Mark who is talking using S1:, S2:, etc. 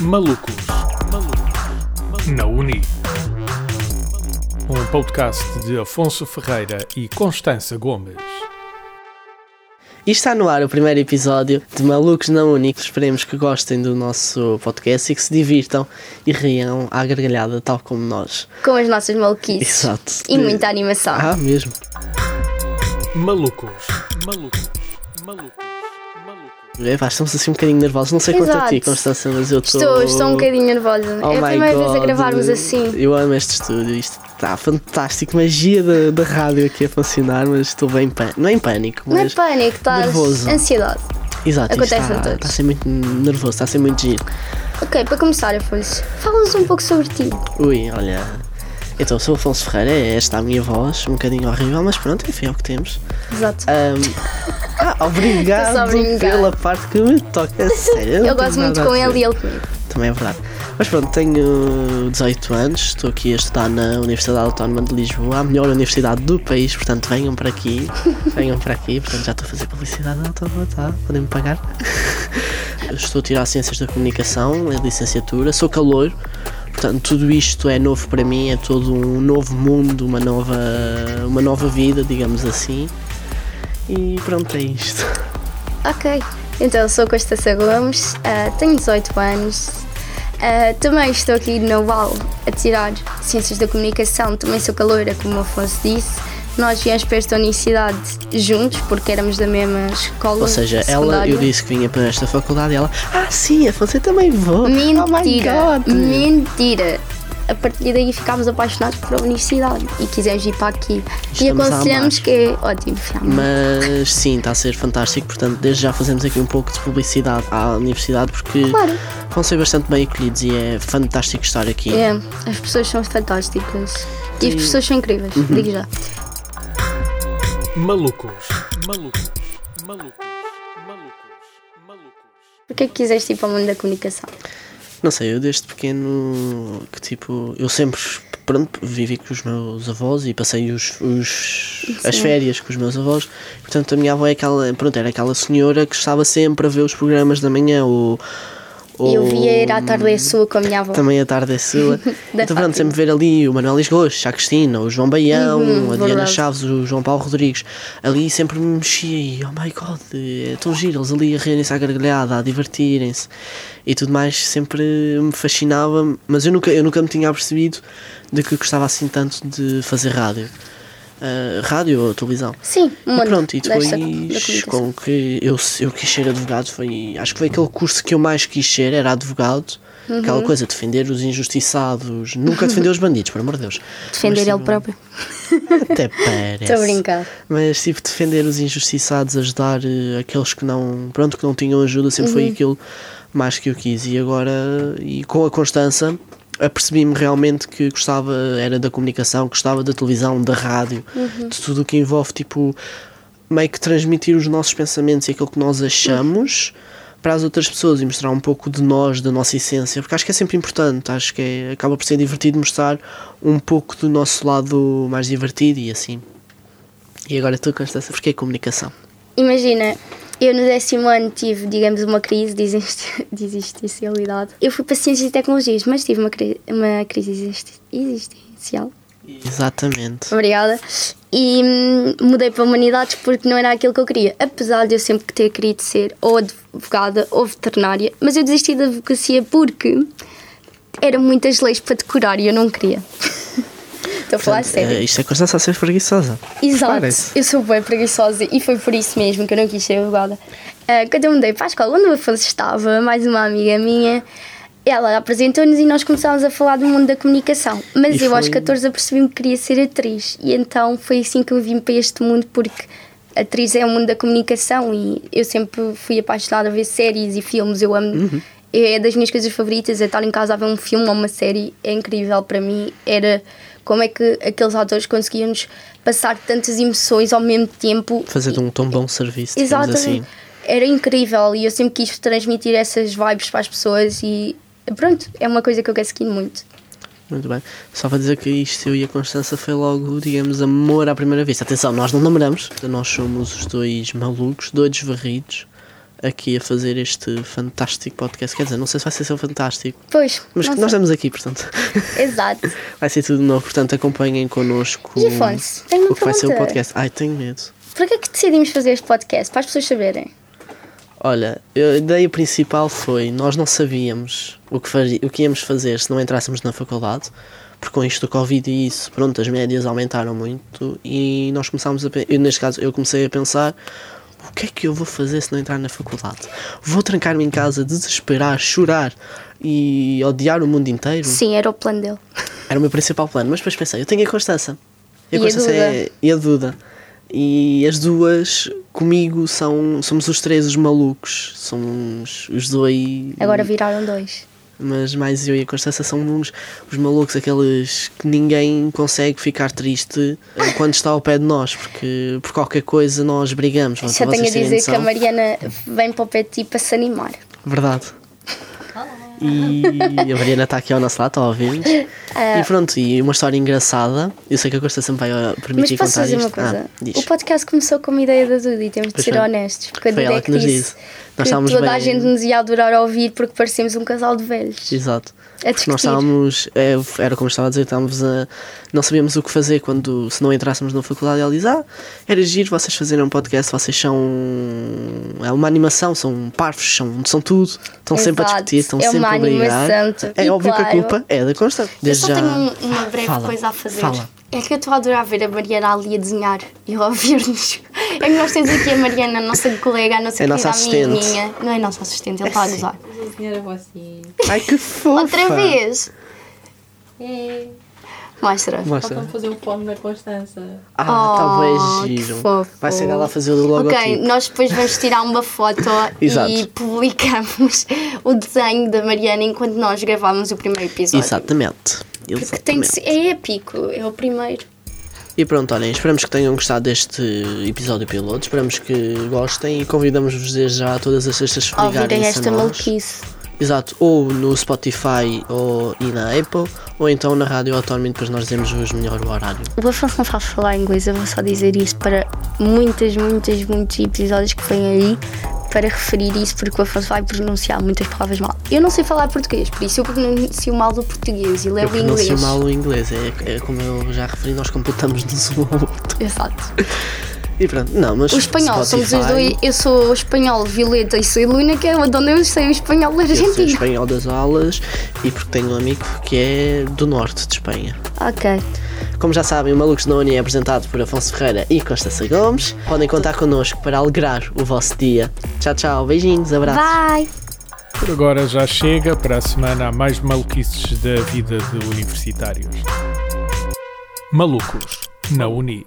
S1: Malucos. Na Uni. Um podcast de Afonso Ferreira e Constança Gomes.
S2: E está no ar o primeiro episódio de Malucos na Uni. Esperemos que gostem do nosso podcast e que se divirtam e riam à gargalhada, tal como nós.
S3: com as nossas maluquices
S2: Exato.
S3: e muita animação.
S2: Ah, mesmo.
S1: Malucos. Malucos. Malucos. Malucos.
S2: É, pá, estamos assim um bocadinho nervosos. Não sei quanto a ti,
S3: Exato.
S2: Constança, mas eu estou.
S3: Estou, estou um bocadinho nervosa.
S2: Oh
S3: é a
S2: my
S3: primeira vez
S2: God.
S3: a gravarmos assim.
S2: Eu amo este estúdio, isto está fantástico. Magia da, da rádio aqui a funcionar, mas estou bem em pânico. Não é em pânico,
S3: Não é
S2: mas.
S3: pânico, estás
S2: nervoso.
S3: ansiedade.
S2: Exato, isto
S3: acontece a
S2: está,
S3: todos.
S2: está a ser muito nervoso, está a ser muito giro.
S3: Ok, para começar, Afonso, fala-nos um pouco sobre ti.
S2: Ui, olha. Então, sou o Afonso Ferreira, esta é a minha voz, um bocadinho horrível, mas pronto, enfim, é o que temos.
S3: Exato.
S2: Ahm, ah,
S3: Estou só a
S2: obrigado
S3: brincar.
S2: pela parte que me toca, a sério. não
S3: eu
S2: tenho
S3: gosto muito
S2: nada a
S3: com ele
S2: dizer.
S3: e ele comigo.
S2: Também é verdade. Mas pronto, tenho 18 anos, estou aqui a estudar na Universidade Autónoma de Lisboa, a melhor universidade do país, portanto venham para aqui. Venham para aqui, portanto já estou a fazer publicidade na Autónoma, tá? Podem-me pagar. Eu Estou a tirar Ciências da Comunicação, a licenciatura, sou calor, portanto tudo isto é novo para mim, é todo um novo mundo, uma nova, uma nova vida, digamos assim. E pronto, é isto.
S3: Ok, então sou Constança Gomes, ah, tenho 18 anos. ah, também estou aqui no UAL a tirar Ciências da Comunicação, também sou caloura, como o Afonso disse. Nós viemos para esta universidade juntos, porque éramos da mesma escola.
S2: Ou seja, ela,
S3: secundária.
S2: eu disse que vinha para esta faculdade e ela, ah sim, Afonso, eu também vou.
S3: Mentira!
S2: Oh my God.
S3: mentira! A partir daí ficámos apaixonados por a universidade e quisemos ir para aqui.
S2: Estamos a
S3: e aconselhamos
S2: amar.
S3: que é ótimo, realmente.
S2: Mas sim, está a ser fantástico, portanto, desde já fazemos aqui um pouco de publicidade à universidade porque
S3: Claro.
S2: vão ser bastante bem acolhidos e é fantástico estar aqui.
S3: É, as pessoas são fantásticas. E as pessoas são incríveis,
S2: Uhum.
S3: digo já.
S1: Malucos. Malucos. Malucos. Malucos. Malucos.
S3: Porquê que quiseste ir para o mundo da comunicação?
S2: Não sei, eu desde pequeno que tipo, eu sempre pronto, vivi com os meus avós e passei os, os- as férias com os meus avós. Portanto, a minha avó é aquela, pronto, era aquela senhora que estava sempre a ver os programas da manhã ou.
S3: E eu
S2: ou-
S3: via ir à tarde à sua com a minha avó.
S2: Também a tarde é sua.
S3: Da
S2: então pronto,
S3: Fátima.
S2: sempre ver ali o Manuel Lisgosto, a Cristina, o João Baião,
S3: Uhum,
S2: a Diana
S3: verdade.
S2: Chaves, o João Paulo Rodrigues. Ali sempre me mexia e, oh my god, é tão giro, eles ali a rirem-se à gargalhada, a divertirem-se e tudo mais, sempre me fascinava, mas eu nunca, eu nunca me tinha apercebido de que eu gostava assim tanto de fazer rádio. Ah, rádio ou televisão.
S3: Sim, um
S2: E
S3: mundo
S2: pronto, e depois
S3: desta- da comunicação.
S2: com que eu, eu quis ser advogado foi. Acho que foi aquele curso que eu mais quis ser, era advogado.
S3: Uhum.
S2: Aquela coisa, defender os injustiçados, nunca defender os bandidos, por amor de Deus. tipo,
S3: Defender ele próprio.
S2: Até parece.
S3: Estou a brincar.
S2: Mas tipo, defender os injustiçados, ajudar eh, aqueles que não, pronto, que não tinham ajuda, sempre foi aquilo mais que eu quis. E agora, e com a constância, apercebi-me realmente que gostava, era da comunicação, gostava da televisão, da rádio, de tudo o que envolve tipo meio que transmitir os nossos pensamentos e aquilo que nós achamos para as outras pessoas e mostrar um pouco de nós, da nossa essência, porque acho que é sempre importante, acho que é- acaba por ser divertido mostrar um pouco do nosso lado mais divertido e assim. E agora tu, Constança, porque é comunicação?
S3: Imagina, eu no décimo ano tive, digamos, uma crise de exist- de existencialidade. Eu fui para Ciências e Tecnologias, mas tive uma, cri- uma crise exist- existencial.
S2: Exatamente.
S3: Obrigada. E hum, mudei para Humanidades porque não era aquilo que eu queria. Apesar de eu sempre ter querido ser ou advogada ou veterinária, mas eu desisti da advocacia porque eram muitas leis para decorar e eu não queria. Estou a falar a sério.
S2: Eh, isto é Constança a ser preguiçosa.
S3: Exato.
S2: Parece.
S3: Eu sou bem preguiçosa e foi por isso mesmo que eu não quis ser advogada. Ah, quando eu mudei para a escola onde o Afonso estava, mais uma amiga minha, ela apresentou-nos e nós começámos a falar do mundo da comunicação. Mas
S2: E
S3: eu aos
S2: foi-
S3: 14 apercebi-me que queria ser atriz e então foi assim que eu vim para este mundo porque atriz é o mundo da comunicação e eu sempre fui apaixonada a ver séries e filmes, eu amo.
S2: Uhum.
S3: É das minhas coisas favoritas, é estar em casa a ver um filme ou uma série, é incrível para mim. Era como é que aqueles autores conseguiam-nos passar tantas emoções ao mesmo tempo.
S2: Fazer de um tão bom serviço, digamos
S3: Exatamente.
S2: assim.
S3: Era incrível e eu sempre quis transmitir essas vibes para as pessoas e pronto, é uma coisa que eu quero seguir muito.
S2: Muito bem. Só para dizer que isto, eu e a Constança, foi logo, digamos, amor à primeira vista. Atenção, nós não namoramos. Nós somos os dois malucos, doidos varridos. aqui a fazer este fantástico podcast. Quer dizer, não sei se vai ser seu fantástico,
S3: Pois,
S2: mas
S3: não
S2: que nós
S3: sei.
S2: estamos aqui, portanto,
S3: Exato.
S2: vai ser tudo novo. Portanto, acompanhem connosco
S3: E Afonso, tenho uma
S2: o que vai ser o
S3: pergunta.
S2: podcast. Ai, tenho medo.
S3: Por que é que decidimos fazer este podcast? Para as pessoas saberem.
S2: Olha, a ideia principal foi nós não sabíamos o que, faria, o que íamos fazer se não entrássemos na faculdade, porque com isto do Covid e isso, pronto, as médias aumentaram muito e nós começámos a pe- eu, neste caso eu comecei a pensar o que é que eu vou fazer se não entrar na faculdade? Vou trancar-me em casa, desesperar, chorar e odiar o mundo inteiro?
S3: Sim, era o plano dele.
S2: Era o meu principal plano, mas depois pensei, eu tenho a Constança.
S3: E a
S2: Constança
S3: Duda.
S2: é- e a Duda. E as duas comigo são somos os três os malucos, somos os dois.
S3: Agora viraram dois.
S2: Mas mais eu e a Constança são uns os malucos, aqueles que ninguém consegue ficar triste eh, quando está ao pé de nós, porque por qualquer coisa nós brigamos. mas
S3: Só
S2: para
S3: tenho a
S2: vocês terem
S3: dizer que a
S2: noção.
S3: Mariana vem para o pé de ti para se animar.
S2: Verdade. E a Mariana está aqui ao nosso lado, está a ouvir-nos.
S3: É.
S2: E pronto, e uma história engraçada. Eu sei que a Costa sempre vai uh,
S3: Mas
S2: permitir
S3: posso
S2: contar
S3: dizer
S2: isto.
S3: uma coisa?
S2: Ah, diz.
S3: o podcast começou com uma ideia da Duda e temos de
S2: Pois
S3: ser
S2: foi.
S3: honestos. Porque a
S2: Foi
S3: Duda
S2: ela
S3: é
S2: que
S3: que
S2: nos disse.
S3: disse
S2: Nós
S3: que
S2: estávamos
S3: toda
S2: bem-
S3: a gente nos ia adorar ouvir porque parecemos um casal de velhos.
S2: Exato.
S3: A
S2: Porque nós
S3: discutir.
S2: estávamos, é, era como eu estava a dizer, estávamos a. Não sabíamos o que fazer quando, se não entrássemos na faculdade. Ela diz: Ah, era giro vocês fazerem um podcast, vocês são. É uma animação, são parvos, são, são tudo. Estão sempre a
S3: Exato.
S2: discutir, estão
S3: É
S2: sempre
S3: uma
S2: a brigar.
S3: animação,
S2: É
S3: e
S2: óbvio que a
S3: claro.
S2: culpa é da Consta.
S3: Eu
S2: Desde
S3: só
S2: já.
S3: tenho um- uma breve
S2: Fala,
S3: coisa a fazer.
S2: Fala.
S3: É que eu estou a adorar ver a Mariana ali a desenhar e a ouvir-nos. É que nós temos aqui a Mariana, a nossa colega, a nossa
S2: É
S3: querida
S2: nossa
S3: amiga
S2: assistente.
S3: minha. Não é nossa assistente, ele está a gozar.
S4: Senhora assim, vozinha.
S2: Ai que fofa!
S3: Outra vez!
S4: É.
S3: Mostra.
S2: Mostra.
S4: Faltam fazer um fome na Constança.
S2: Ah, tá
S3: Oh,
S2: bem
S3: que
S2: giro.
S3: fofo.
S2: Vai ser ela a fazer o logotipo.
S3: Ok, nós depois vamos tirar uma foto e
S2: Exato.
S3: publicamos o desenho da Mariana enquanto nós gravámos o primeiro episódio.
S2: Exatamente.
S3: Porque tem que
S2: Exatamente.
S3: ser, é épico, é o primeiro.
S2: E pronto, olhem, esperamos que tenham gostado deste episódio piloto, esperamos que gostem e convidamos-vos desde já todas as sextas a
S3: Ouvirem
S2: ligarem-se
S3: esta
S2: a nós.
S3: maluquice.
S2: Exato, ou no Spotify ou e na Apple, ou então na Rádio Autónoma e depois nós dizemos-vos melhor o horário.
S3: O Afonso não sabe falar inglês, eu vou só dizer isso para muitas, muitas, muitos episódios que vêm aí para referir isso, porque o Afonso vai pronunciar muitas palavras mal. Eu não sei falar português, por isso eu pronuncio mal o português e
S2: Eu
S3: levo É o
S2: pronuncio
S3: inglês.
S2: mal o inglês, é, é como eu já referi, nós computamos-nos um ao outro.
S3: Exato.
S2: E pronto, não, mas
S3: O espanhol, somos os
S2: Spotify,
S3: dois. Eu sou o espanhol Violeta e sou a Luna, que é onde eu sei o espanhol
S2: Eu sou
S3: argentino.
S2: espanhol das aulas e porque tenho um amigo que é do norte de Espanha.
S3: Ok.
S2: Como já sabem, o Malucos da Uni é apresentado por Afonso Ferreira e Constança Gomes. Podem contar connosco para alegrar o vosso dia. Tchau, tchau. Beijinhos, abraços.
S3: Bye!
S1: Por agora já chega, para a semana há mais maluquices da vida de universitários. Malucos na Uni.